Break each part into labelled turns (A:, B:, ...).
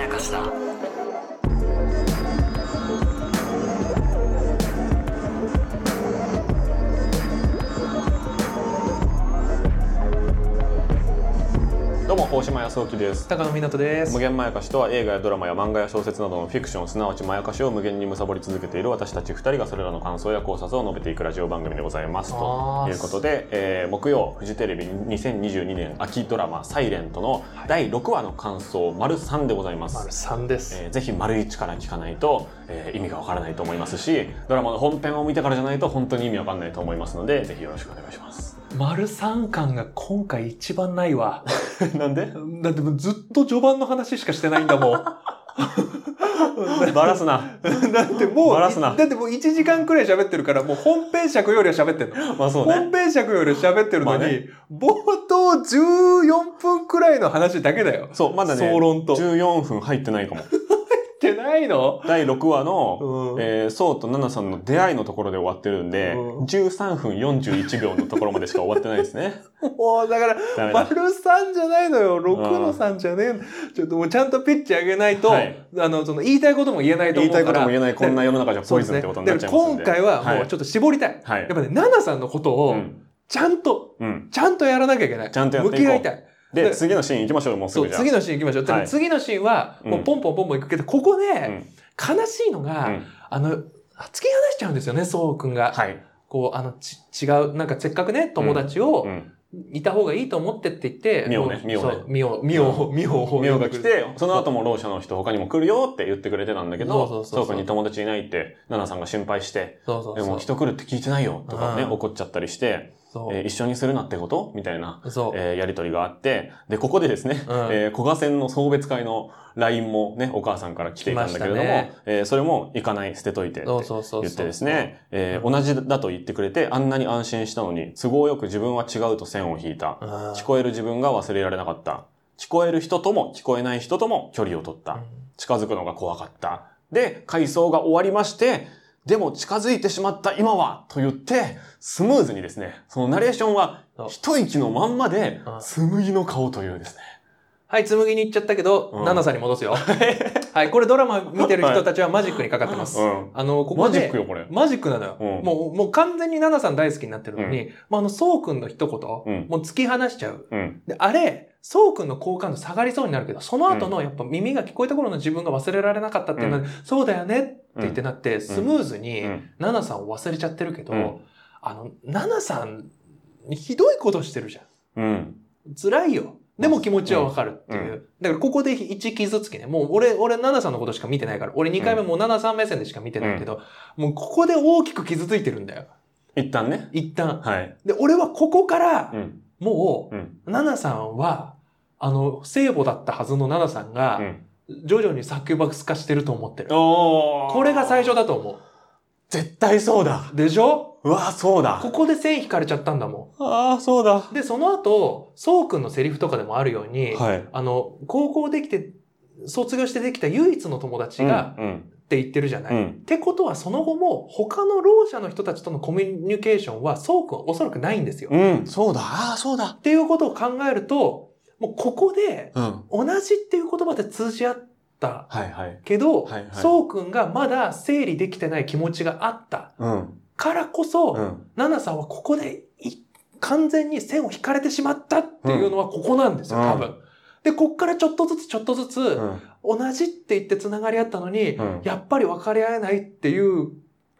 A: やかしだ
B: どうも大島康之です
C: 高野湊で
B: 無限まやかしとは映画やドラマや漫画や小説などのフィクションすなわちまやかしを無限に貪り続けている私たち2人がそれらの感想や考察を述べていくラジオ番組でございますと
C: あー
B: いうことで、えー木曜フジテレビ2022年秋ドラマ「サイレントの第6話の感想丸3でございます
C: 丸。三です。
B: えーぜひ丸一から聞かないと、えー意味がわからないと思いますしドラマの本編を見てからじゃないと本当に意味わかんないと思いますのでぜひよろしくお願いします
C: 丸三感が今回一番ないわ。
B: なんで
C: だってもうずっと序盤の話しかしてないんだもん。
B: バラすな
C: だってもう、
B: バラすな
C: だってもう1時間くらい喋ってるから、もう本編尺よりは喋ってんの。
B: まあそうね
C: 本編尺よりは喋ってるのに、
B: まあね
C: 冒頭14分くらいの話だけだよ。
B: そうまだね
C: 総論と。っ
B: 14分入って ないかも
C: てないの
B: 第6話の、
C: うん
B: えー、そうとナナさんの出会いのところで終わってるんで、
C: うん
B: 13分41秒のところまでしか終わってないですね。
C: もうだから、
B: ダメだ。
C: 丸三じゃないのよ。6の3じゃねえのちょっともうちゃんとピッチ上げないと、
B: はい
C: あの、その言いたいことも言えないと
B: 言い
C: 思うか
B: た
C: ら。
B: いことも言えないこんな世の中じゃ
C: そ
B: ポ
C: う
B: イ
C: です
B: ズンっ
C: ね。
B: てことにな
C: だ
B: っち
C: か
B: ゃ
C: ら
B: いますん
C: 今
B: で。
C: 回はも
B: は
C: う
B: い
C: ちょっと絞りたい。
B: はい
C: やっぱね、ナナさんのこと
B: う
C: を
B: ん
C: ちゃんと、
B: うん、
C: ちゃんとやらなきゃいけない。
B: ちゃんとやっていこう
C: 向き合いたい。
B: で
C: で
B: 次のシーン行きましょうもうす
C: そ
B: ぐ
C: う、
B: じゃあ
C: 次のシーン行きましょう。で
B: はい
C: 次のシーンは、もうポンポンポンポン行くけど、ここね、悲しいのが、
B: うんうん
C: あの、突き放しちゃうんですよね、そうくんが。
B: はい、
C: こう、あの、ち違う、なんかせっかくね、友達を
B: う、ん、
C: いた方がいいと思ってって言って、
B: ミオねミオね
C: そうミオ、ミオ、ミオ、
B: ミオが来てその後もろう者の人他にも来るよって言ってくれてたんだけど
C: そうそうそう
B: そ
C: そう
B: うくんに友達いないってナナさんが心配して
C: そうそう
B: で
C: そう。
B: も人来るって聞いてないよとかね、
C: うん
B: 怒っちゃったりして、
C: そ
B: えー一緒にするなってことみたいな
C: う。そう。
B: えーやり取りがあって、で、ここでですね、
C: うん
B: えー小賀線の送別会の LINE もね、お母さんから来ていたんだけれども、
C: 来ましたね
B: えーそれも行かない、捨てといてって
C: そうそうそう。
B: 言ってです。ね、えー同じだと言ってくれて、あんなに安心したのに、都合よく自分は違うと線を引いた。
C: うん。
B: 聞こえる自分が忘れられなかった。聞こえる人とも聞こえない人とも距離を取った。近づくのが怖かった。で、回想が終わりまして、でも近づいてしまった今はと言って、スムーズにですね、そのナレーションは
C: そう
B: 一息のまんまで
C: う、ん
B: 紬の顔というですね。
C: はい、紬に行っちゃったけど、
B: うん
C: ナナさんに戻すよ。はい、これドラマ見てる人たちはマジックにかかってます。
B: うん
C: あの、ここ
B: マジ
C: で
B: ックよ、これ。
C: マジックなのよ。
B: うん
C: もう、もう完全にナナさん大好きになってるのに、まあ、あの、そうくんの一言、
B: うん
C: もう突き放しちゃう。
B: うん。
C: で、あれ、そうくんの好感度下がりそうになるけど、その後のやっぱ耳が聞こえた頃の自分が忘れられなかったっていうのは、そうだよねって言ってなって、スムーズに
B: うん
C: ナナさんを忘れちゃってるけど、
B: うん
C: あの、ナナさん、ひどいことしてるじゃん。
B: うん。
C: 辛いよ。でも気持ちはわかるっていう。
B: うんう
C: だからここで一傷つきね。もう俺、俺、ナナさんのことしか見てないから。俺2回目もうナナさん目線でしか見てないけど、もうここで大きく傷ついてるんだよ。
B: 一旦ね。
C: 一旦。
B: はい。
C: で、俺はここから
B: う、ん。
C: も
B: うん。
C: う、ナナさんは、あの、聖母だったはずのナナさん
B: う
C: が、
B: ん。
C: 徐々に作爆化してると思ってる。
B: おー
C: これが最初だと思
B: 絶対そうだ。
C: う。でしょ
B: うわ、そうだ。
C: ここで線引かれちゃったんだも
B: ああ、そうだ。
C: ん。で、その後、そうくんのセリフとかでもあるように、
B: はい。
C: あの、高校できて、卒業してできた唯一の友達が、
B: うん。
C: って言ってるじゃない、
B: う
C: っ
B: ん。
C: てことはその後も他のろう者の人たちとのコミュニケーションはそうくんはおそらくないんですよ。っ
B: うん。そうだ。ああ、そうだ。
C: ていうことを考えると、もうここで
B: うん。
C: 同じっていう言葉で通じ合った
B: はいはい。
C: けど、
B: はいはい
C: そうくんがまだ整理できてない気持ちがあった
B: うん。
C: からこそ、
B: うん。
C: ナナさんはここでい完全に線を引かれてしまったっていうのはここなんですよ、
B: うん
C: 多分。で、こっからちょっとずつちょっとずつ、
B: うん。
C: 同じって言って繋がり合ったのに、
B: うん
C: やっぱり分かり合えないっていう、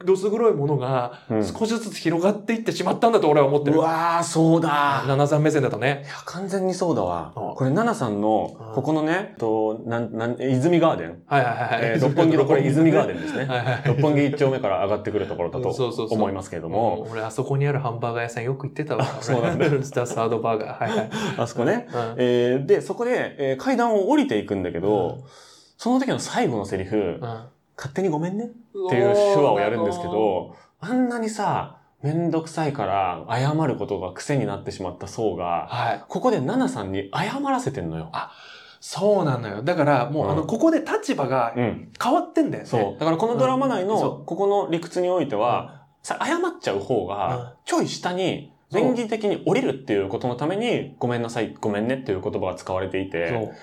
C: どす黒いものが、
B: うん
C: 少しずつ広がっていってしまったんだと俺は思って
B: う
C: る。
B: わー、そうだ。
C: 七三目線だとね
B: い。や、完全にそうだわ。
C: うん
B: これ、奈々さん
C: う
B: の、
C: ん
B: ここのね、と、なん、なん、え泉ガーデン。
C: はいはいはい。
B: えー六本木の これ泉ガーデンですね。
C: はいはい。
B: 六本木一丁目から上がってくるところだと
C: そうそうそう
B: 思いますけれど
C: も
B: も、
C: う俺あそこにあるハンバーガー屋さんよく行ってた わ。
B: そうなんだ
C: 俺スターサードバーガー。はいはい。
B: あそこね。
C: うん
B: えーで、そこで、えー階段を降りていくんだけど、その時の最後のセリフ、勝手にごめんね
C: うん
B: っていう手話をやるんですけ、ど、あんなにさ、めんどくさいから謝ることが癖になってしまった層が、
C: はい。
B: ここで奈々さんに謝らせてんのよ。
C: そうなのよ。だから、もう、
B: うん
C: あの、ここで立場が
B: うん。
C: 変わってんだよね。
B: そう。だからこのドラマ内
C: うん
B: の
C: そ、
B: ここの理屈においては、さ謝っちゃう方が、ちょい下に、
C: そう
B: 便宜的に降りるっていうことのために、ごめんなさい、ごめんねっていう言葉が使われていて、
C: そう。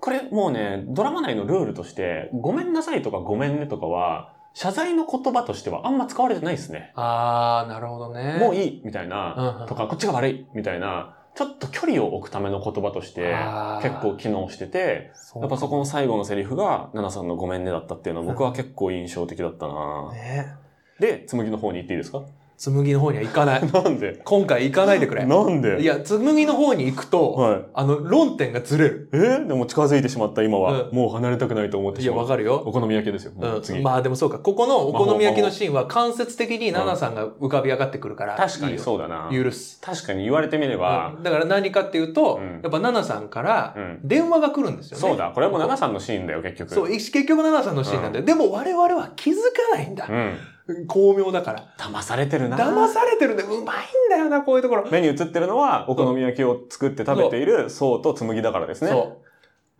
B: これもうね、ドラマ内のルールとして、ごめんなさいとかごめんねとかは、謝罪の言葉としてはあんま使われてないですね。
C: あー、なるほどね。
B: もう
C: い。
B: いいみたいな、
C: うんうん
B: とか、こっちが悪いみたいな、ちょっと距離を置くための言葉として、
C: あー
B: 結構、機能してて、
C: そう
B: やっぱそこの最後のセリフが、ナナさんのごめんねだったっていうのは僕は結構印象的だったな
C: ね。
B: で、紬の方に行っていいです か
C: 紬の方には行かない。
B: なんで
C: 今回行かないでくれ。
B: なんで
C: いや、紬の方に行くと、
B: はい。
C: あの、論点がずれる。
B: えーでも近づいてしまった今は、
C: う
B: もう離れたくないと思って
C: い
B: し
C: や、
B: ま
C: わ
B: う。
C: かるよ。
B: お好み焼きですよ。もう
C: う
B: 次。
C: ん、まあでもそうか、ここのお好み焼きのシーンは間接的に奈々さんが浮かび上がってくるから、
B: 確かに
C: う
B: そうだな。
C: 許す。
B: 確かに言われてみれば、
C: うんだから何かっていうと、
B: うん
C: やっぱ奈々さんから
B: うん。
C: 電話が来るんですよね。
B: そうだ。これはもう奈々さんのシーンだよ、結局。
C: そう、結局奈々さんのシーンなんだよ。でも我々は気づかないんだ
B: う。ん。
C: 巧妙だから。
B: 騙されてるな。
C: 騙されてるんで、うまいんだよな、こういうところ。
B: 目に映ってるのは、お好み焼きを作って食べている、そうと紬だからですね。
C: そ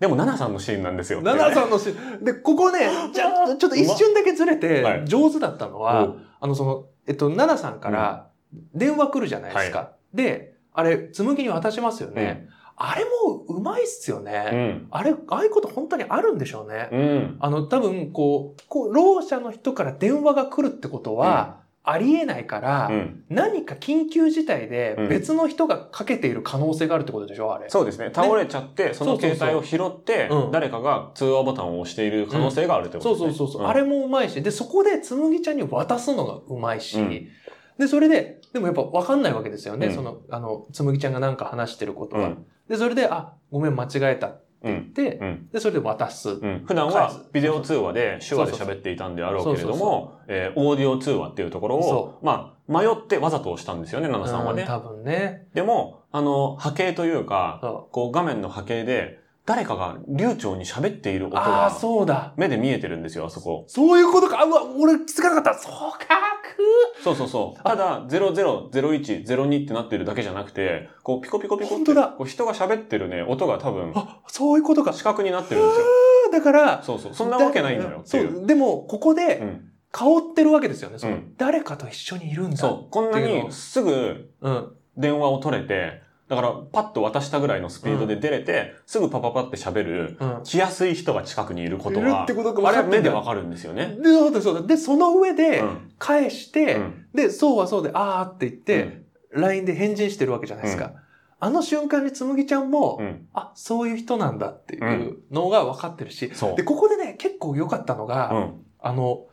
B: でも、奈々さんのシーンなんですよ。
C: う。奈々さんのシーン。で、ここね、じゃあちょっと一瞬だけずれ
B: うまは
C: て、
B: い
C: 上手だったのは、
B: お
C: あの、その、えっと、奈々さんから電話来るじゃないですか。で、あれ、紬に渡しますよね。あれもうまいっすよね。
B: うん。
C: あれ、ああいうこと本当にあるんでしょうね。
B: うん。
C: あの、多分、こう、こう、ろう者の人から電話が来るってことは、ありえないから、
B: うん。
C: 何か緊急事態で
B: うん
C: 別の人がかけている可能性があるってことでしょあれ。
B: そうですね。倒れちゃって、その携帯を拾って
C: そうそううん、
B: 誰かが通話ボタンを押している可能性があるってこと
C: そう
B: です
C: そ
B: ね。
C: うそうそう、
B: ん
C: あれもうまいし、で、そこでつむぎちゃんに渡すのがうまいし、
B: うん
C: で、それで、でもやっぱ分かんないわけですよね。
B: うん
C: その、あの、つむぎちゃんがなんか話してること
B: う
C: が、
B: ん。
C: で、それで、あ、ごめん、間違えたって
B: うん。
C: 言って、
B: うん
C: で、それで渡す。
B: うん、普段
C: 返
B: は
C: す
B: ビデオ通話で手話で
C: そうそうそう
B: 喋っていたんであろうけれど
C: そうそう
B: も、えーオーディオ通話っていうところ
C: そ
B: を、まあ、迷ってわざと押したんですよね、奈々さんは
C: う
B: ね。
C: 多分ね。
B: でも、あの、波形というか、
C: そ
B: こう画面の波形で、誰かが流暢に喋っている
C: う
B: 音
C: あ
B: が、
C: あ、そうだ。
B: 目で見えてるんですよ、あそこ。
C: そういうことか。あうわ、俺気づかなかった。そうか、く
B: そうそうそう。ただ、00、01、02ってなってるだけじゃなくて、こう、ピコピコピコっ
C: 本
B: て、
C: 当だ
B: こう人が喋ってるね、音が多分、
C: あ、そういうことか。
B: 視覚になってるんですよ。
C: だから、
B: そうそう。そんなわけないんだよっていう。
C: そう、でも、ここ
B: う
C: で、
B: ん。
C: 香ってるわけですよね。そうの
B: ん
C: 誰かと一緒にいるんだ。
B: そう。こんな
C: っていうの
B: にすぐ
C: う。ん。
B: 電話を取れて、だから、パッと渡したぐらいのスピードで出れて、すぐパパパって喋る、
C: うん。
B: 来やすい人が近くにいること
C: いるっ
B: は
C: て、ことか
B: あれは目でわ
C: わ
B: かるんですよね。
C: で、そうだそうだ。で、その上で
B: う、ん
C: 返し
B: う
C: て、
B: ん
C: で、そうはそうで、あーって言っ
B: う
C: て、
B: ん
C: LINE で返信してるわけじゃないですか。あの瞬間につむぎちゃんも、
B: うん
C: あ、そういう人なんだっていうのが分かってるし、
B: そう
C: で、。ここでね、結構良かったのが、
B: うん。
C: あの、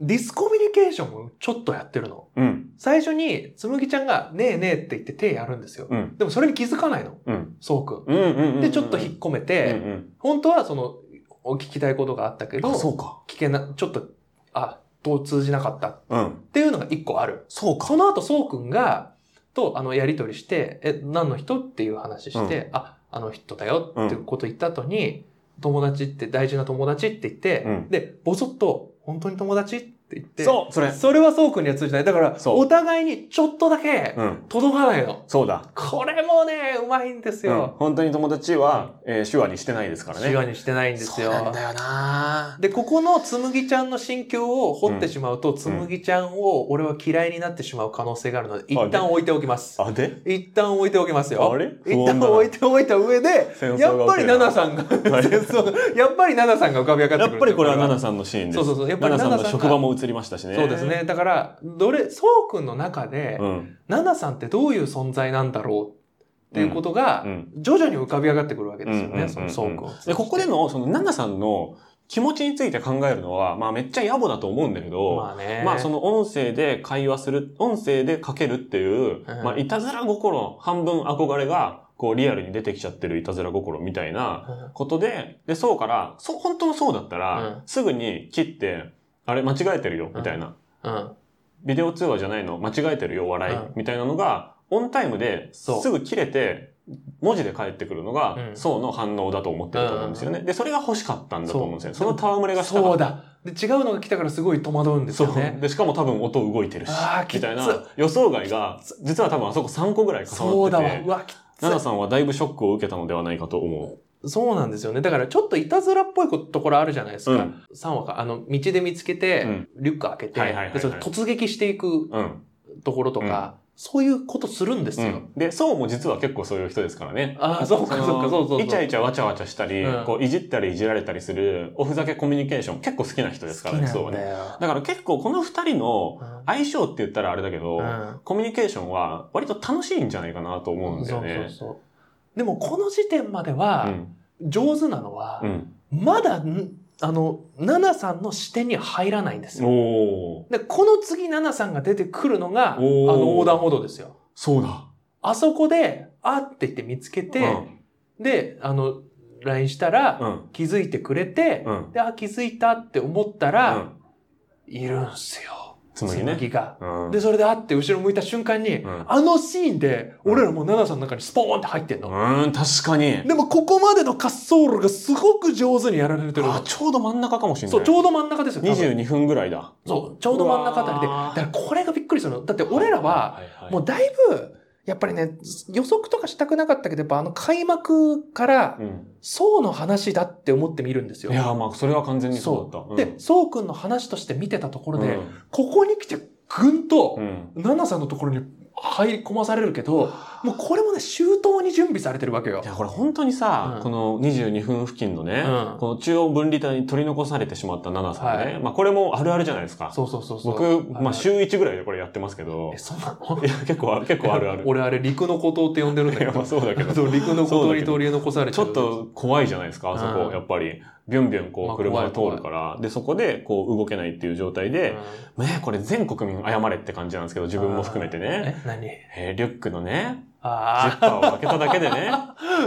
C: ディスコミュニケーションをちょっとやってるの。
B: うん。
C: 最初に、つむぎちゃんが、ねえねえって言って手やるんですよ。
B: うん
C: でもそれに気づかないの、
B: うん。
C: そうく
B: う
C: ん。
B: んうんうんうん。
C: で、ちょっと引っ込め
B: うん
C: て、
B: うん
C: 本当はその、お聞きたいことがあったけど、
B: あ、そ
C: 聞
B: うか。
C: けな、ちょっと、あ、と通じなかったっ
B: うん。
C: ていうのが一個ある。
B: そうか。
C: その後、そうくんが、と、あの、やりとりして、え、何の人っていう話して、あ、あの人だよっていうこと言った後に、友達って、大事な友達って言って、
B: うん
C: で、ぼそっと、本当に友達って言って、
B: そう、それ。
C: それはそうくんには通じない。だから、
B: そう
C: お互いにちょっとだけ
B: うん。
C: 届かないの。
B: そうだ。
C: これもね、うまいんです
B: うん
C: よ。
B: 本当に友達は、えー手話にしてないですからね。
C: 手話にしてないんですよ。
B: そうなんだよな
C: で、ここのつむぎちゃんの心境を掘ってしまうと、つむぎちゃんを俺は嫌いになってしまう可能性があるので、一旦置いておきます。
B: あ、で
C: 一旦置いておきますよ。
B: あれ
C: 一旦置いておいた上で、
B: 戦
C: やっぱり奈々
B: ん。
C: さんが、
B: はい
C: 戦争がやっぱり奈々さんが浮かび上が
B: や
C: ってくるんだ
B: っ
C: よ。
B: ぱりこ れは奈
C: 々
B: 々さんのシーンです。
C: そうそうそう。やっぱり
B: 奈々さ
C: 奈
B: んの
C: 々さんが。
B: 職場も映りましたしね。
C: そうです。ね。だから、どれ、そうくんの中で
B: う、ん。
C: 奈々さんってどういう存在なんだろうっていうことが
B: う、ん。
C: 徐々に浮かび上がってくるわけですよ
B: うんうんうんう
C: ね、
B: ん
C: そのそうくんを通じて。
B: で、ここでの、その、奈々さんの気持ちについて考えるのは、まあ、めっちゃ野暮だと思うんだけど、
C: まあね。
B: まあその音声で会話する、音声でかけるっていう、
C: うん
B: まあいたずら心、半分憧れが、こうリアルに出てきちゃってるいたずら心みたいな
C: うん
B: ことで、で、そうから、そう、本当のそうだったら、
C: う
B: すぐに切って、あれ間違えてるよ、みたいな。
C: うん。
B: ビデオ通話じゃないの、間違えてるよ、笑い、
C: うん
B: みたいなのが、オンタイムで
C: そう
B: すぐ切れて、文字で返ってくるのが、
C: うん
B: そうの反応だと思ってると思うんですよね。で、それが欲しかったんだと思うんですよね。そ
C: そう
B: の戯れがしたか
C: そ
B: っ
C: う
B: た。
C: だ。で、違うのが来たからすごい戸惑うんです
B: そ
C: よ
B: う。
C: ね。
B: で、しかも多分音動いてるし
C: あー、きつ
B: みたいな予想外が、実は多分あそこ3個ぐらい
C: そ
B: 重
C: うだ
B: なっ
C: わ。
B: て
C: う
B: て、
C: わ、き
B: 奈々さんはだいぶショックを受けたのではないかと思う。
C: つ。そうなんですよね。だからちょっといたずらっぽいこところあるじゃないですか。
B: うん
C: 3話か。あの、道で見つけて、
B: うん
C: リュック開けて、
B: はいはいはいはい
C: でそれ突撃していく
B: うん。
C: ところとか、そういうことするんです
B: う
C: よ。
B: んで、そうも実は結構そういう人ですからね。
C: ああ、そうか、そうか、
B: の
C: そうそうそう。
B: イチャイチャわちゃわちゃしたり、
C: うん
B: こう、いじったりいじられたりする、おふざけコミュニケーション結構好きな人ですからね、
C: 好き
B: そ
C: な
B: うん
C: だ
B: ね。
C: よ。
B: だから結構この二人の相性って言ったらあれだけど、
C: うん
B: コミュニケーションは割と楽しいんじゃないかなと思うんだ
C: そ
B: よ
C: う
B: ね。
C: そうそう。でも、この時点までは、上手なのは、
B: うん。
C: まだん、あの、ナナさんの視点に入らないんです
B: うん。
C: よ。
B: おー。
C: で、この次、ナナさんが出てくるのが、あの、
B: おー
C: 横断歩道ですよ。
B: そうだ。
C: あそこで、あって言って見つけて、で、あの、LINE したら、
B: うん。うん。
C: 気づいてくれて、
B: うん。
C: で、あ、気づいたって思った
B: う
C: ら、
B: ん。
C: いるんすよ。
B: つむぎね。
C: が。
B: うん。
C: で、それであって後ろ向いた瞬間に、
B: うん
C: あのシーンで、
B: うん
C: 俺らもうナナさんの中にスポーンって入ってん
B: う
C: の。
B: ーん、確かに。
C: でも、ここまでの滑走路がすごく上手にやられてる
B: あ、
C: の。
B: ちょうど真ん中かもしれない。
C: そう、ちょうど真ん中ですよ。多分
B: 22分ぐらいだ。
C: そう、ちょうど真ん中あたりで。
B: うわ
C: だ
B: ー
C: から、これがびっくりするの。だって、俺らは、
B: いいい
C: もうだいぶ、やっぱりね、予測とかしたくなかったけど、やっぱあの開幕から、
B: うん
C: そうの話だって思って見るんですよ。
B: いやー、まあ、それは完全にそうだった。
C: で、そうくんの話として見てたところ
B: うん、
C: で、ここに来てぐんと
B: う、ん。
C: ナナさんのところに入り込まされるけど、もうこれもね、周到に準備されてるわけよ
B: い。や、これ本当にさ、
C: うん
B: この22分付近のね、
C: うん
B: この中央分離帯に取り残されてしまった奈々さんね。
C: は
B: まあ、これもあるあるじゃないですか。
C: そうそうそうそう。
B: 僕、まあ、
C: 周
B: 週1ぐらいでこれやってますけど
C: え、、そうなの
B: いや、結構ある、結構あるある。
C: 俺あれ、陸の孤島って呼んでるん
B: い
C: だけ
B: や、ま
C: ど
B: あ、。そうだけど。
C: そう、陸の孤
B: そう
C: 島
B: だけ
C: に
B: ど
C: 取り残されて
B: ちょ
C: る
B: っ、と怖いじゃないですか、あそこ、
C: うん
B: やっぱり。ビュンビュンこ
C: まあ
B: う車が
C: 怖
B: 通
C: い
B: るから、で、そこでこう動けないっていう状態で、ね、これ全国民謝れって感じなんですけど、自分も含めて
C: うん。
B: ね、
C: え、何
B: えーリュックのね、ジッ
C: あ
B: パーを開けただけで ね、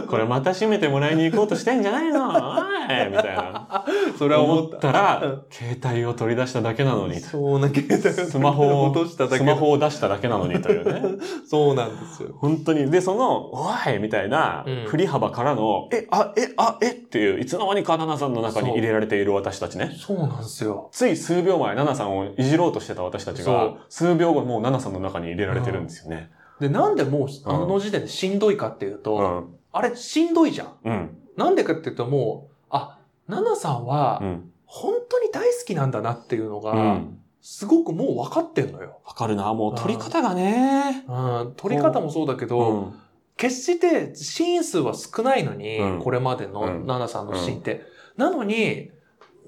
B: これまた閉めてもらいに行こうとしてんじゃないのおいみたいな。
C: あ、それは思
B: 思
C: っ
B: ったら、携帯を取り出しただけなの に、ス
C: そうなけど、ス
B: マホ
C: 落と
B: を、
C: しただ
B: ス
C: け
B: マ
C: ど。
B: ホを出しただけなのにというね。
C: そうなんですよ。
B: 本当に。で、その、おいみたいな
C: うん、
B: 振り幅からの、え、あ、え、あ、えっていう、いつの間にかナナさんの中に入れられている私たちね。
C: そうなんですよ。
B: つい数秒前、ナナさんをいじろうとしてた私たち
C: そ
B: が、数秒後、もうナナさんの中に入れられてるんですよね。
C: で、なんでもう、あの時点でしんどいかっていうと、
B: うん。
C: あれ、しんどいじゃん。
B: うん。
C: なんでかっていうともう、あ、ナナさんは
B: う、ん。
C: 本当に大好きなんだなっていうの
B: う
C: が、
B: ん。
C: すごくもう分かってんのよ。
B: わかるな。もう取り方がね。
C: うん、撮り方もそうだけ
B: う
C: ど、
B: ん。
C: 決してシーン数は少ないのに、
B: うん
C: これまでの
B: うん
C: ナナさんのシーンって。なのに、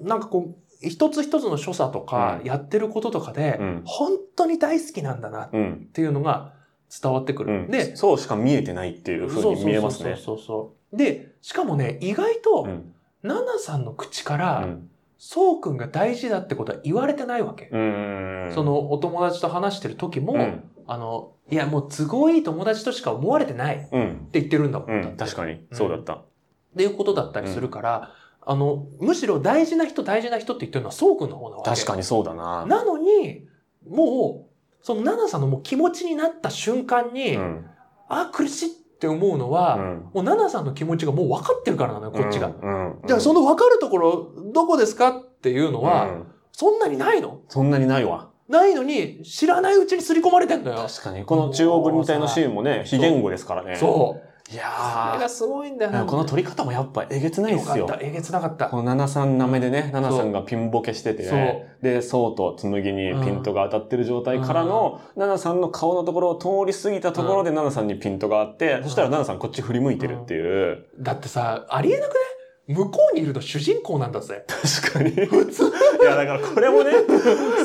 C: なんかこう、一つ一つの所作とか、
B: うん
C: やってることとかで、
B: うん
C: 本当に大好きなんだなっ
B: うん。
C: ていうのが伝わってく
B: う
C: る。
B: ん。
C: で、
B: そうしか見えてないっていう風に見えますね。
C: そうそうそうそう。で、しかもね、意外と、
B: うん。
C: ナナさんの口か
B: う
C: ら、
B: ん
C: そうくんが大事だってことは言われてないわけ。
B: うん。
C: そのお友達と話してる時も、
B: うん、
C: あの、いやもう都合いい友達としか思われてないって
B: うん。
C: 言ってるんだもん。
B: う
C: だって
B: ん、確かに、そうだった。
C: っていうことだったりするから、あの、むしろ大事な人大事な人って言ってるのはそうくんの方なわけ。
B: 確かにそうだな。
C: なのに、もう、そのナナさんのもう気持ちになった瞬間に、
B: うん。
C: あ、苦しいって思うのは、
B: うん
C: もうナナさんの気持ちがもう分かってるからなのよ、こっちが。
B: うん。うん
C: だからその分かるところ、どこですかっていうのは、
B: うん
C: そんなにないの
B: そんなにないわ。
C: ないのに、知らないうちに刷り込まれてんのよ。
B: 確かに。この中央分離帯のシーンもね、非言語ですからね。
C: そう。
B: う。い
C: それ
B: や
C: がすごいんだよ
B: ー
C: な。
B: この撮り方もやっぱえげつない
C: よ
B: っす
C: かっ
B: よ
C: た。。えげつなかった。
B: この7-3なめでね、7さんがピンボケしててね、
C: そ
B: で、そうと紬にピントが当たってる状態からの、7さんの顔のところを通り過ぎたところで7さんにピントがあって、そしたら7さんこっち振り向いてるっていう。
C: う。だってさ、ありえなくね向こうにいるの主人公なん だぜ。
B: 確かに。いや、だからこれ もね、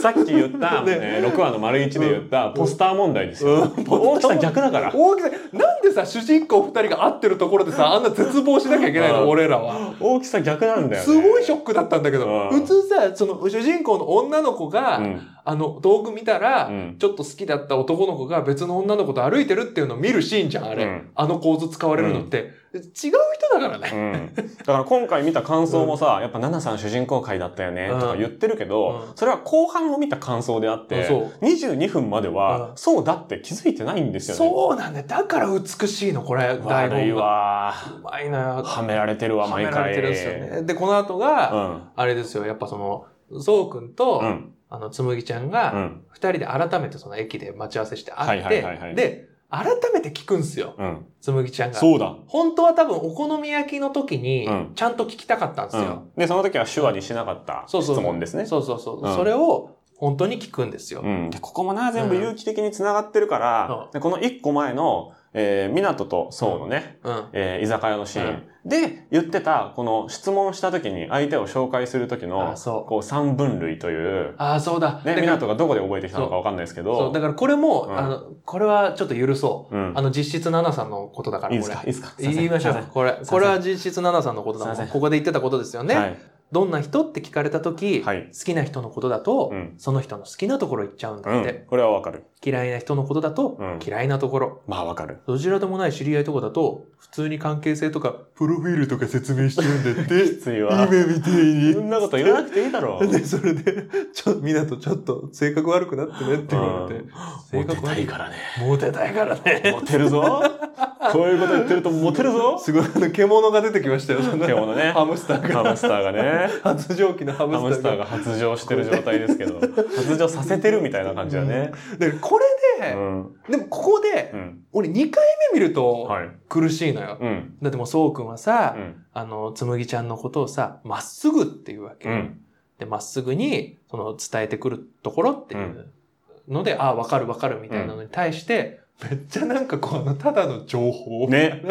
B: さっき言った、ね、6話の丸1で言ったポスター問題ですよ。大きさ逆だから。
C: 大きさ、なんでさ、主人公二人が会ってるところで さ、あんな絶望しなきゃいけない
B: うん
C: の、俺らは。
B: 大きさ逆なんだよね。
C: すごいショックだったんだけど、
B: うん
C: 普通さ、その主人公の女の子が、
B: うん。
C: あの、道具見たら、
B: うん
C: ちょっと好きだった男の子が別の女の子と歩いてるっていうのを見るシーンじゃん、あれ。
B: うん
C: あの構図使われるのって。違う人だから
B: う
C: ね。
B: ん、だから今回見た感想もさ、やっぱナナさん主人公回だったよねとか言ってるけど、
C: うん
B: それは後半を見た感想であって、
C: そう
B: 22分までは、
C: うん
B: そうだって気づいてないんですよね。
C: そうなんだよ。だから美しいの、これ、台
B: 悪い
C: 本が。
B: わ。
C: うまいな
B: はめられてるわ、
C: はめ
B: 毎回。
C: られてるんですよね。で、この後が、
B: うん。
C: あれですよ、やっぱその、そうくんと、
B: うん。
C: あの、つむぎちゃん
B: う
C: が、
B: ん。
C: 二人で改めてその駅で待ち合わせして会っ
B: はいはいはいは
C: て、
B: い
C: で、改めて聞くんすよ、
B: うん。
C: つむぎちゃんが。
B: そうだ。
C: 本当は多分お好み焼きの時に
B: うん、
C: ちゃんと聞きたかったんです
B: う
C: よ。
B: ん。で、その時は手話にしなかった
C: そう
B: 質
C: そう
B: 問ですね。
C: そうそうそう。
B: うん
C: それを、本当に聞くんですよ。
B: うん。で、ここもな、全部有機的に繋がってるから
C: そ、
B: でこの一個前の、えー、港とそうのね、
C: うん。
B: えー居酒屋のシーン、で言ってた、この質問した時に相手を紹介する時
C: あ
B: の、
C: そう。
B: こう三分類という、
C: ああ、そうだ。
B: ね、
C: だから
B: 港がどこで覚えてきたのかわかんないですけ
C: そう、
B: ど、
C: だからこれも、
B: うん
C: あの、これはちょっと許そう。
B: うん
C: あ。の、実質7さんのことだから、
B: いいです
C: これ
B: かいい。ですか
C: 言いましょ
B: すいうま。せん
C: これ
B: せん。
C: これは実質7さんのことだ
B: すい
C: も
B: ま
C: ん。
B: せん
C: ここで言ってたことですよね。
B: はい。
C: どんな人って聞かれたとき、
B: はい。
C: 好きな人のことだと、
B: うん。
C: その人の好きなところ行っちゃうん
B: う
C: だって。
B: ん。これはわかる。
C: 嫌いな人のことだと、
B: うん
C: 嫌いなところ。
B: まあわかる。
C: どちらでもない知り合いとかだと、普通に関係性とか、プロフィールとか説明してるん だって。
B: きついわ。
C: 夢みたいに。
B: そんなこと言わなくていいだろう。
C: で、それで、ちょ、みなとちょっと性格悪くなってねって言われて。
B: モテ
C: 性格
B: た
C: 悪
B: い
C: い
B: からね。
C: モテたいからね。
B: モテるぞ。こういうこと言ってるとモテるぞ。
C: すごい、あの、獣が出てきましたよ、その
B: 獣ね
C: ハムスター
B: ハ
C: が。
B: ムスターがね。
C: 発情期のハム
B: ハム
C: ス
B: スタ
C: ター
B: ー
C: が。
B: が発情してる状態ですけど、発情させてるみたいな感じだね。
C: で、これ
B: う
C: で、
B: ん。
C: でもここで
B: う、ん。
C: 俺2回目見ると
B: はい。
C: 苦しいのよ。
B: うん。
C: だってもう、そうくんはさ、
B: うん。
C: あの、つむぎちゃんのことをさ、まっすぐっていうわけ。
B: うん。
C: で、まっすぐに、その、伝えてくるところっていうので、ああ、わかるわかるみたいなのに対して、めっちゃなんかこう、あの、ただの情報。
B: ね。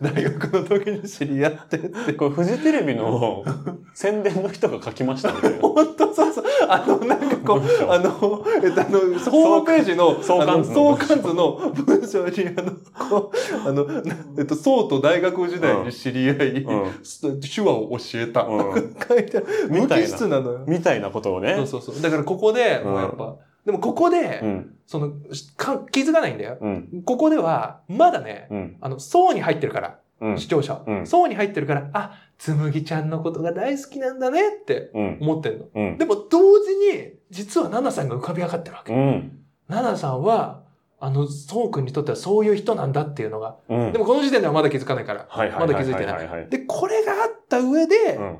C: 大学の時に知り合ってって。
B: これフジテレビの宣伝の人が書きましたみたいな。
C: 本当そうそう。あの、なんかこ
B: 文章
C: う、あの、えっと、あの、ホームページの、
B: 相関
C: あの
B: 図の
C: 相関図の文章に、あの、こう、あの、なえっと、そうと大学時代に知り合い、
B: うん
C: す手話を教えた。
B: うん
C: 書いてある。無
B: みたいな
C: 機質なのよ。
B: みたいなことを
C: そ
B: ね
C: う。そうそう。だからここで、もうやっぱ、でもここで、
B: うん。
C: そのか、気づかないんだよ。
B: うん。
C: ここでは、まだね、
B: うん。
C: あの、層に入ってるから、
B: うん。
C: 視聴者は。
B: うん
C: 層に入ってるから、あ、つむぎちゃんのことが大好きなんだねって
B: うん。
C: 思ってんの。
B: うん。
C: でも同時に、実はナナさんが浮かび上がってるわけ。
B: うん。
C: ナナさんは、あの、そうくんにとってはそういう人なんだっていうのが。
B: うん
C: で。もこの時点ではまだ気づかないから。
B: はいは
C: ま
B: い
C: だ
B: は
C: 気
B: い
C: づい
B: は
C: て
B: いは
C: ない
B: はい
C: い。。で、これがあった上で
B: う、ん。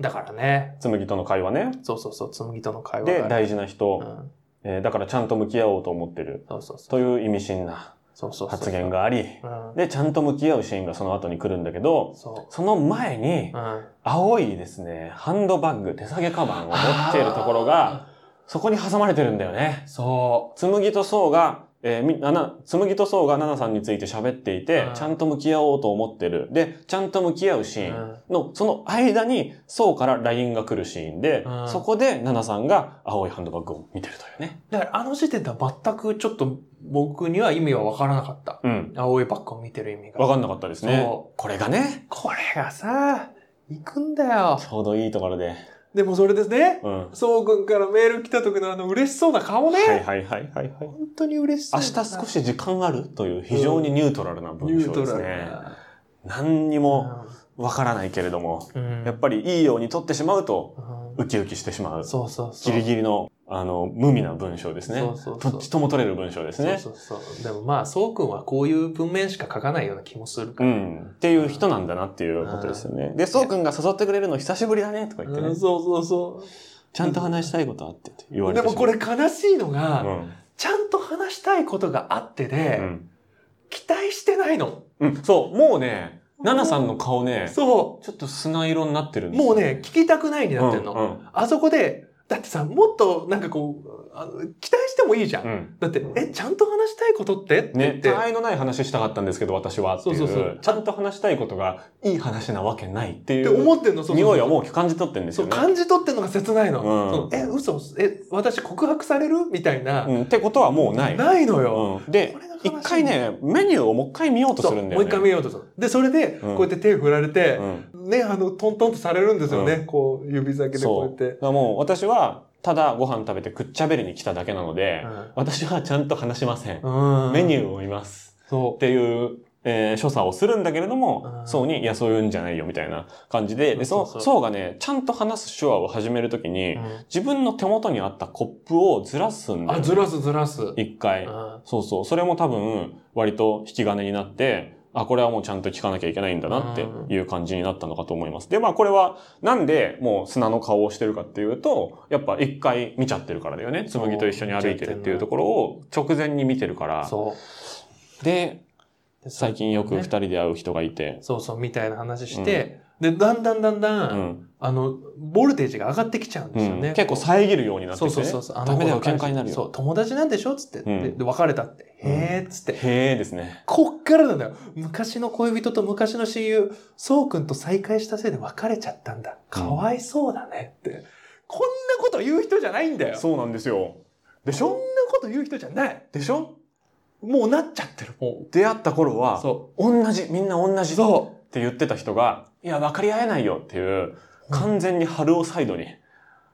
C: だからね、
B: つむぎとの会話ね。
C: そうそうそう、つむぎとの会話
B: で、
C: が。
B: 大事な
C: う
B: 人、
C: ん。
B: えーだからちゃんと向き合おうと思ってる。
C: そうそうそう。
B: という意味深な
C: そうそうそう。
B: 発言。があり、
C: うん。
B: で、ちゃんと向き合うシーンがその後に来るんだけど、
C: そ
B: その前に
C: う。う、ん。
B: 青いですね、ハンドバッグ、手提げカバンを持っているところが、そこに挟まれてるんだよね
C: あー、。そ
B: 紬とそうが、えーみ、なな、紬とそうがナナさんについて喋っていて
C: う、ん
B: ちゃんと向き合おうと思ってる。で、ちゃんと向き合うシ
C: う。う
B: ーン
C: ん。
B: の、その間に、そうから LINE が来るシーンで
C: う、ん
B: そこでナナさんが青いハンドバッグを見てるというね。
C: だからあの時点では全くちょっと僕には意味は分からなかった。
B: うん。
C: 青いバッグを見てる意味が。
B: わかんなかったですね
C: そ。
B: これがね、
C: これがさ、行くんだよ。
B: ちょうどいいところで。
C: でもそれですね、
B: うん。は
C: そうくんからメール来た時のあの嬉しそうな顔ね。
B: いはいはいはいはい。
C: 本当に嬉しそ
B: 明
C: う。
B: 日少し時間あるという非常にニュートラルな
C: ニ
B: 文
C: ュー
B: 章
C: ト
B: です
C: ラル
B: ね。
C: な。
B: 何にもわからないけれども、
C: うん
B: やっぱりいいように取ってしまうと、
C: うん
B: ウキウキしてしまう。
C: そうそうそう。
B: ギリギリの、あの、無味な文章ですね
C: そう。そうそう
B: とっちとも取れる文章ですね。
C: そうそうそう。でもまあ、そうくんはこういう文面しか書かないような気もするか
B: う
C: ら。
B: ん。っていう人なんだなっていうことですよね。で、そうくんが誘ってくれるの久しぶりだねとか言って
C: う
B: ね
C: ん、そうそうそ
B: ちゃんと話したいことあってって言わ
C: う。
B: れて
C: で
B: しま
C: も
B: う
C: これ悲しいのが、
B: うん。
C: ちゃんと話したいことがあってで、
B: うん。
C: 期待してないの。
B: うん。そう、もうね、ナナさんの顔ね、
C: そ
B: ちょっと砂色になってるん
C: う。
B: ですよ
C: もうね、、聞きたくないに
B: う
C: なっ
B: ん
C: て
B: うん
C: の。
B: ん。
C: あそこで、だってさ、もっとなんかこう、あの期待してもいいじゃん。
B: うん。
C: だって、え、ちゃんと話したいことってって言っ
B: ね、
C: て。
B: 他愛のない話したかったんですけど、私はっていう。
C: そうそうそう
B: ちゃんと話したいことがいい話なわけないってい
C: って
B: う。
C: 思ってんの、
B: 匂いは
C: を
B: もう感じ取ってるんです
C: そう、
B: よね。
C: 感じ取ってんのが切ないの。
B: うん
C: そのえ、嘘、え、私告白されるみたいな、
B: うん、ってことはもうない。
C: ないのよ。
B: うん、で
C: これが悲しい
B: 一回ねメニューをもう一回見ようとす
C: そう
B: るんだ
C: も
B: よね。
C: う一回見ようとする。で、それで、
B: うん
C: こうやって手振られて、
B: うん、
C: ね、あの、トントンとされるんですよね。
B: う
C: こう、指先でこうやっ
B: だ
C: て。
B: からもう私はただご飯食べてくっちゃべりに来ただけなので、私はちゃんと話しません。
C: うん
B: メニュ
C: ー。
B: ーを見ます
C: そ
B: っていう。えー所作をするんだけれども、
C: うん
B: そうに、いや、そういうんじゃないよ、みたいな感じで、で、
C: そ
B: そう
C: そうそう
B: う、そうがね、ちゃんと話す手話を始めるとき
C: う
B: に、
C: うん
B: 自分の手元にあったコップをずらすんだよ、
C: あ、
B: ね。
C: ずらすずらす。うん
B: 一回。そうそう。それも多分、割と引き金になって、あ、これはもうちゃんと聞かなきゃいけないんだなっていう感じになったのかと思います。で、まあこれは、なんでもう砂の顔をしてるかっていうと、やっぱ一回見ちゃってるからだよね。紬と一緒に歩いてるっていうところを直前に見てるから。
C: そ
B: で、
C: で
B: 最近よく二人で会う人がいて。
C: そうそう、みたいな話して、で、だんだんだんだ、
B: うんん。
C: あの、ボルテージが上がってきちゃうん
B: う
C: ですよね。
B: ん。結構遮るようになって
C: そう
B: きて
C: そう
B: ね。
C: そうそう。あ
B: ダメだよ、
C: 子が
B: 喧嘩になる
C: そ
B: よ。
C: う、友達なんでしょつって、
B: うん
C: で。で別れたって。
B: うん
C: へーっつって。
B: へえですね。
C: こっからなんだよ。昔の恋人と昔の親友、そうくんと再会したせいで別れちゃったんだ。かわいそうだねって。こんなこと言う人じゃないんだよ。
B: そうなんですよ。でし
C: そんな
B: ょ
C: こと言う人じゃない。
B: でしょ
C: もうなっちゃってる、も
B: 出会った頃
C: う。
B: は、
C: そ
B: 同じ、みんな同
C: う。
B: じっ
C: そ
B: て言ってた人が、いや、分かり合えないよっていう、完全に春尾サイドに、
C: う。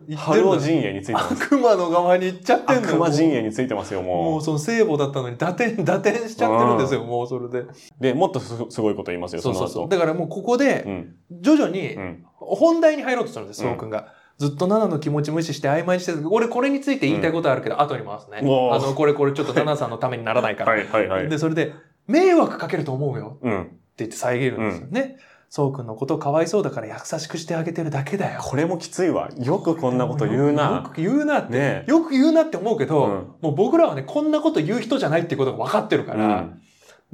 C: 言って
B: 春
C: るん
B: 尾
C: だよ
B: 陣営についてます。
C: 悪魔の側に行っちゃってんのよ。
B: 悪魔陣
C: 営。
B: 営についてますよ、
C: も
B: も
C: うその聖母だったのに打点、打点しちゃってるんですよ、もうそれで。
B: う。で、もっとすすごいこと言いますよ、
C: そ
B: そうの
C: そうそう。
B: 後。
C: だからもうここ
B: う
C: で、
B: ん。
C: 徐々に
B: うん。
C: 本題に入ろうとするんです、
B: うん
C: そうくんが。ずっとナナの気持ち無視して曖昧にしてる。俺これについて言いたいことあるけど、後に回すね。あ
B: うわー
C: の、これこれちょっとナナさんのためにならないから。
B: はいはいはい。
C: で、それで、迷惑かけると思うよって
B: うん。
C: 言って遮るんですよね。そうくんのことかわいそうだから優しくしてあげてるだけだよ。
B: これもきついわ。よくこんなこと言う
C: よ
B: な。
C: く言うなって。
B: ねえ。
C: よく言うなって思うけど、
B: うん
C: もう僕らはね、こんなこと言う人じゃないっていうことが分かってるか
B: う
C: ら、
B: ん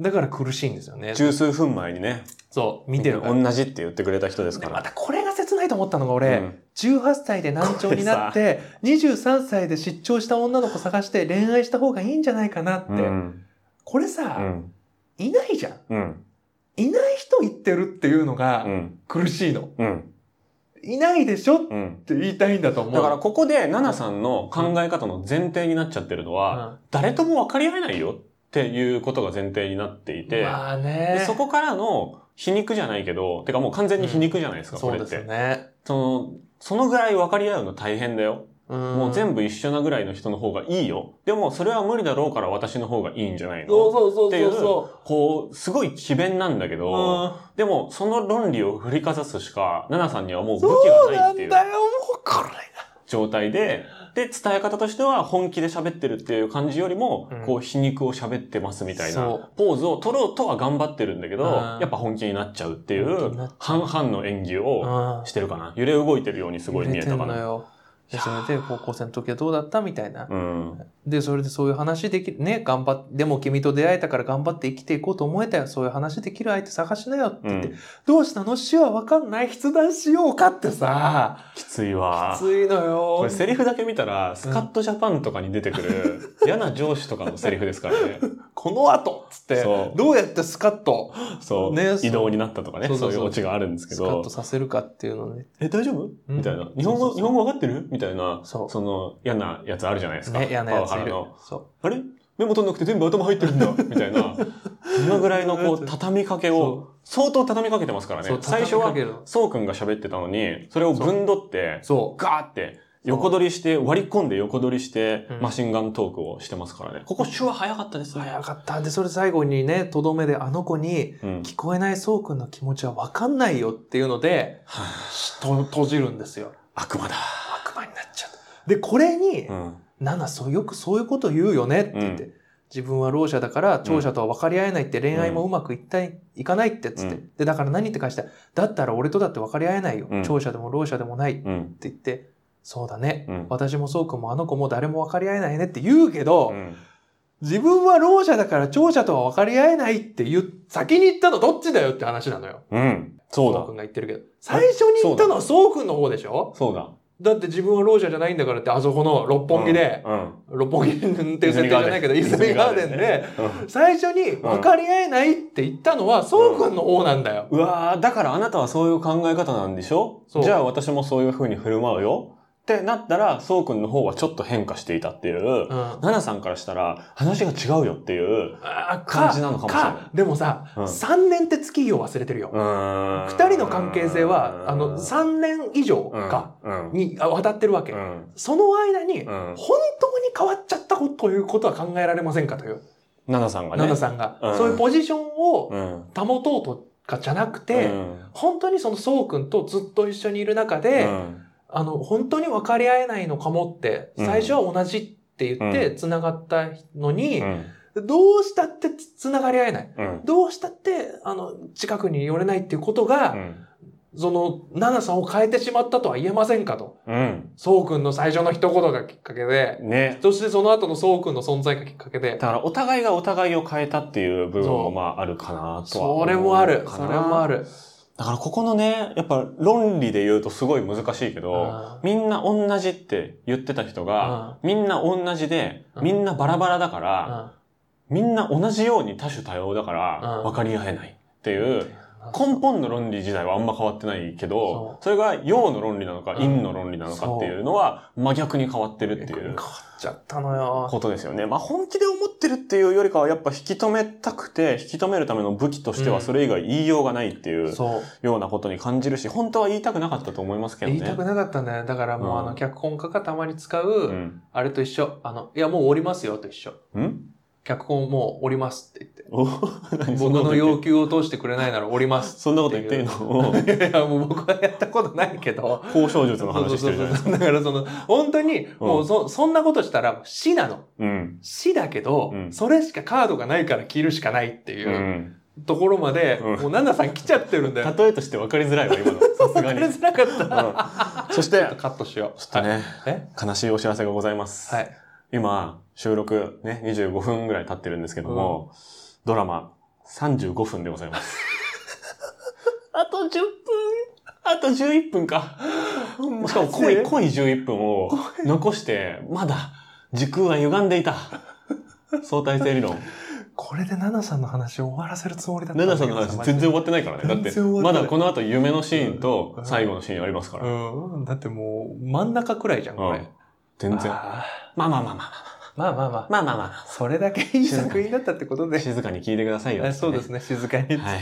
C: だから苦しいんですよね。
B: 十数分前にね、
C: そう、見てるから。
B: 同じって言ってくれた人ですか
C: で
B: ら
C: ま。たこれが切ないと思ったのが俺、
B: うん
C: 18歳で難聴になって、23歳で失調した女の子探して恋愛した方がいいんじゃないかなって。
B: うん
C: これ
B: う
C: さ、
B: ん
C: いないじゃん。
B: うん
C: いない人言ってるっていうの
B: う
C: が
B: ん
C: 苦しいの。
B: うん
C: いないでしょっ
B: うん
C: て言いたいんだと思う。
B: だから、ここで奈々さんの考え方の前提になっちゃってるのは、誰とも分かり合えないよっていうことが前提になってい
C: うん、
B: て、
C: まあ
B: で
C: ね。
B: そこからの皮肉じゃないけど、てかもう完全に皮肉じゃないですか、こ
C: そう
B: れっ
C: ですよ
B: て。
C: ね。
B: その、そのぐらい分かり合うの大変だよ。も
C: も
B: う全部一緒なぐらいの人の方がいいよ。でもそれは無理だろうから私の方がいいんじゃない
C: そう
B: の
C: そうそう
B: ってい
C: そううそ
B: こう、すごい奇弁なんだけ
C: う。
B: ど、
C: うん
B: でもその論理を振りかざすしか、奈々さんにはもう武器
C: そ
B: が
C: う
B: な
C: ない
B: っ
C: ん
B: て
C: だ
B: い
C: よ、
B: う
C: もうこれ
B: 状態で、で、伝え方としては本気で喋ってるっていう感じよりも、
C: うん
B: こう皮肉を喋ってますみたい
C: そう
B: なポーズを取ろうとは頑張ってるんだけど、
C: うん
B: やっぱ本気になっちゃうってい
C: 本気
B: う
C: になっちゃう
B: 半々の演技を
C: が。
B: してるかな。揺れ動いてるようにすごい見えたか
C: 入れてんの
B: な。
C: よ。でそれで高校生の時はどうだったみたいな。
B: うん。
C: で、それでそういう話できる、ね、頑張っでも君と出会えたから頑張って生きていこうと思えたよ。そういう話できる相手探しなよって
B: う
C: 言って、
B: ん。
C: どうしたの死はわかんない筆談しようかってさ、
B: きついわ
C: き。ついのよ。
B: これセリフだけ見たら、スカットジャパンとかに出てくる嫌な上司とかのセリフですから ね。
C: この後っつって
B: そ、う
C: どうやってスカッと、
B: そう。
C: ねそう
B: 移動になったとかね。
C: そうそ
B: そう
C: そう
B: ういうオチがあるんですけ
C: スカッと
B: ど。
C: させるかっていうのね。
B: え、大丈夫
C: うん
B: みたいな。日本
C: そうそうそ
B: 語、
C: う
B: 日本語わかってるみたいな。
C: そう
B: その嫌なやつあるじゃないですか。
C: ね、嫌な
B: パ
C: やつ
B: ワ
C: い
B: ハラ
C: る
B: の。。
C: そ
B: あれメモ取んなくて全部頭入ってるんだ みたいな。そのぐらいのこう、畳みかけを、相当畳みかけてますから
C: う。そ
B: ね
C: う。
B: 最初は
C: 畳み、かける
B: そうくんが喋ってたのに、それをぶんどって、
C: そ
B: ガーって、横取りして、割り込んで横取りして
C: う、ん
B: マシンガントークをしてますからね。ここ手話早かったです
C: う。
B: ね。
C: 早かった。で、それ最後にね、とどめであの子に、
B: うん。
C: 聞こえないそうくんの気持ちはわかんないよっていうので、と閉じるんですよ。
B: 悪魔だ。
C: 悪魔になっちゃう。で、これに
B: う、ん。
C: ナナ、そう、よくそういうこと言うよねって言って、自分は老者だから、長者とは分かり合えないって、恋愛もうまくいったい、いかないってっつって、
B: う
C: で、だから何って返したら、だったら俺とだって分かり合えないよ。
B: うん
C: 長者でも老者でもないって
B: うん。
C: 言って、そうだね。
B: うん。
C: 私もそうくんもあの子も誰も分かり合えないねって言うけど、
B: うん
C: 自分は老者だから長者とは分かり合えないって言う、先に言ったのどっちだよって話なのよ。
B: うん。そう
C: く
B: だ。
C: んが言ってるけど。最初に言ったのはそうくんの方でしょ
B: そうだ。
C: だって自分は老者じゃないんだからって、あそこの六本木で、
B: うん。うん
C: 六本木っていう設定じゃないけど、泉ガーデンで、。
B: うん
C: 最初に分かり合えないって言ったのは、そうくんの方なんだよ。
B: うわー、だからあなたはそういう考え方なんでしょ
C: そう
B: じゃあ私もそういう風に振る舞うよってなったら、そうくんの方はちょっと変化していたっていう、
C: うん。あ
B: ナナさんからしたら話が違うよっていう、
C: ー
B: 感じなのかもしれない
C: でもさ、
B: うん
C: 3年って月日を忘れてるよ。
B: うーん
C: 二人の関係性は、あの、3年以上か、
B: うん、うん
C: にあ渡ってるわけ
B: う。ん
C: その間
B: う
C: に、
B: ん
C: 本当に変わっちゃったことということは考えられませんかという、
B: ナナさんがね。
C: ナナさんが、
B: うん
C: そういうポジションを
B: うん。
C: 保とうとかじゃなくて、
B: うん
C: 本当にそのそうくんとずっと一緒にいる中
B: う
C: で、
B: ん
C: あの、本当に分かり合えないのかもって、
B: うん
C: 最初は同じって言って
B: う
C: 繋がったのに、
B: うん
C: どうしたってつ繋がり合えない。
B: うん
C: どうしたって、あの、近くに寄れないっていうことが、
B: うん
C: その、長さを変えてしまったとは言えませんかと。
B: うん。
C: そうくんの最初の一言がきっかけで、
B: ね。
C: そしてその後のそうくんの存在がきっかけで
B: だ、からお互いがお互いを変えたっていう部分
C: そ
B: も
C: う
B: まああるかなとは思う
C: それもある。
B: か
C: そ
B: な
C: れもある。
B: だからここのね、やっぱ論理で言うとすごい難しいけど、
C: あー
B: みんな同じって言ってた人が、みんな同じで、
C: うん
B: みんなバラバラだか
C: うん
B: ら、みんな同じように多種多様だから、
C: うん
B: 分かり合えないっていう、
C: うん
B: 根本の論理自体はあんま変わってないけど
C: そ、
B: それが陽の論理なのか
C: うん
B: 陰の論理なのかっていうのは真逆に変わってるってい
C: 変
B: う
C: わっちゃったのよ。
B: ことですよね。まあ本気で思ってるっていうよりかはやっぱ引き止めたくて、引き止めるための武器として
C: う
B: は
C: ん
B: それ以外言いようがないっていう
C: そう。
B: ようなことに感じるし、本当は言いたくなかったと思いますけど
C: 言
B: ね。
C: いたくなかったんだよね。だからもうあ
B: うん
C: の、脚本家がたまに使
B: う
C: う、
B: ん。
C: あれと一緒。あの、いや、もう終わりますよと一緒。
B: うん
C: 脚本もう降りますって言って。
B: お何そんなこ
C: 僕
B: と
C: の
B: 言っ
C: 要
B: て
C: 求を通してくれないなら降ります。
B: そんなこと言っていいのおう
C: いやいや、もう僕はやったことないけど。
B: 交渉術の話してるじゃないですか。
C: そうそうそうだからその、本当に、もうそ、そんなことしたら死なの。
B: うん。
C: 死だけど、
B: うん。
C: それしかカードがないから切るしかないっていううんところまで、
B: うん
C: もうナナさん来ちゃってるん だよ。
B: 例えとして分かりづらいわ、今の。さす
C: 分
B: が
C: か
B: に
C: り。づらかった。
B: うんそして、
C: カットしよう。
B: ちょっとね、
C: はい。え
B: 悲しいお知らせがございます。
C: はい。
B: 今、収録ね、25分ぐらい経ってるんですけども、ドラマ35分でござい ます。あと10分、あと11分か。しかも濃い、濃い11分を残して、まだ時空は歪んでいた。相対性理 論。
C: これでナナさんの話を終わらせるつもりだった
B: ナナさんの話全然終わってないからね。だって
C: 全、然終わってな
B: ま
C: い
B: だこの後夢のシーンと最後のシーンありますから。
C: うん。だってもう、真ん中くらいじゃん、これ。
B: うん全然。まあ
C: あ
B: まあまあまあ
C: ーまあまあまあ。
B: まあまあま
C: それだけいい作品だったってこと
B: あ。
C: で。
B: 静かに聞いてくださいよ。
C: あそうですね、静かにっつって。
B: はい。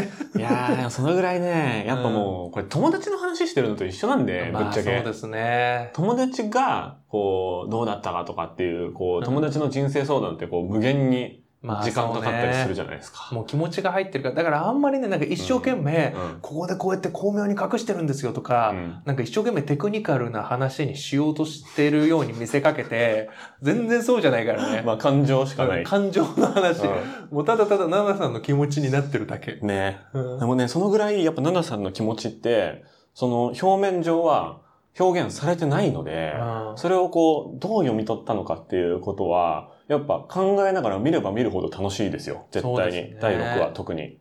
C: ね。
B: いやー、でもそのぐらいね、やっぱもう、これ友達の話してるのと一緒なんで、ぶ
C: ま
B: っ
C: あ、
B: ち
C: そ
B: ゃ
C: う
B: け
C: で。すね。
B: 友達が、こう、どうだったかとかっていう、こ
C: う
B: う、
C: ん
B: 友達の人生相談って、こう、無限に
C: まあ、
B: 時間かかったりするじゃないです
C: そ
B: か。
C: うねもう気持ちが入ってるから、だからあんまりね、なんか一生懸命、
B: うん
C: ここでこうやって巧妙に隠してるんですよとか、
B: うん
C: なんか一生懸命テクニカルな話にしようとしてるように見せかけて、全然そうじゃないからね。
B: まあ、感情しかない。
C: 感情の話、
B: う
C: もうただただ奈々さんの気持ちになってるだけ。
B: んね
C: うん
B: でもね、そのぐらい、やっぱ、ナナさんの気持ちって、その、表面上は表現されてないので、
C: うん
B: それをこう、どう読み取ったのかっていうことは、やっぱ考えながら見れば見るほど楽しいですよ。絶
C: そ
B: 対
C: う
B: に。
C: ですね
B: 第6話特に。
C: うん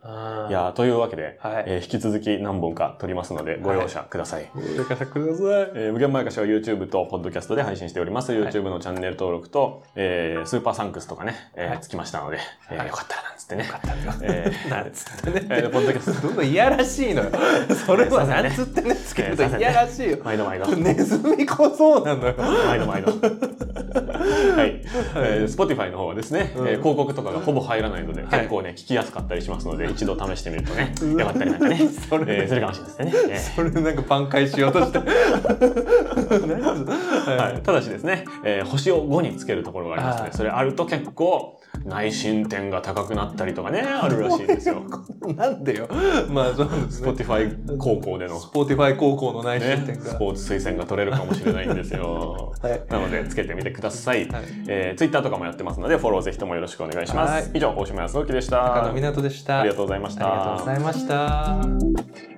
B: いやーというわけで、
C: はい。
B: えー引き続き何本か撮りますので、ご容赦ください。
C: だからください。
B: えー無限前歌詞は YouTube と Podcast で配信しております。YouTube のチャンネル登録と、えースーパーサンクスとかね、えー
C: はい
B: つきましたので、えー
C: はい
B: よかったらなんつってね。
C: よかったね
B: え
C: なんつってね。
B: えーポッドキャス
C: どんどんいやらし いのよ。それはなんつってねつけると
B: えーさすが
C: い
B: ね
C: やらしいよ。
B: 毎度毎度。
C: ネズミ小そうなのよ。
B: 毎度毎度。はい。えー Spotify の方はですね、え
C: うん
B: ー広告とかがほぼ入らないので、
C: い
B: 結構ね、聞きやすかったりしますので、一度試してみるとね、
C: うわ
B: よかったりなんかね、
C: それ
B: えーするかもしれないですね。えー
C: それなんか挽回しよう として。何
B: はい、ただしですね、えー星を5につけるところがありますね
C: あー
B: それあると結構内心点が高くなったりとかねあるらしいですよ
C: なんでよ。まあそうですね。
B: Spotify 高校での、
C: スポーティファイ高校の内申
B: ね
C: 点、
B: ス
C: が。
B: ポーツ推薦が取れるかもしれないんです よ
C: はい
B: なのでつけてみてください、
C: はい
B: えー、Twitter とかもやってますのでフォローぜひともよろしくお願いします、
C: はい
B: 以上大島康之でし
C: 中
B: た
C: 野港でした。
B: ありがとうございました
C: ありがとうございました。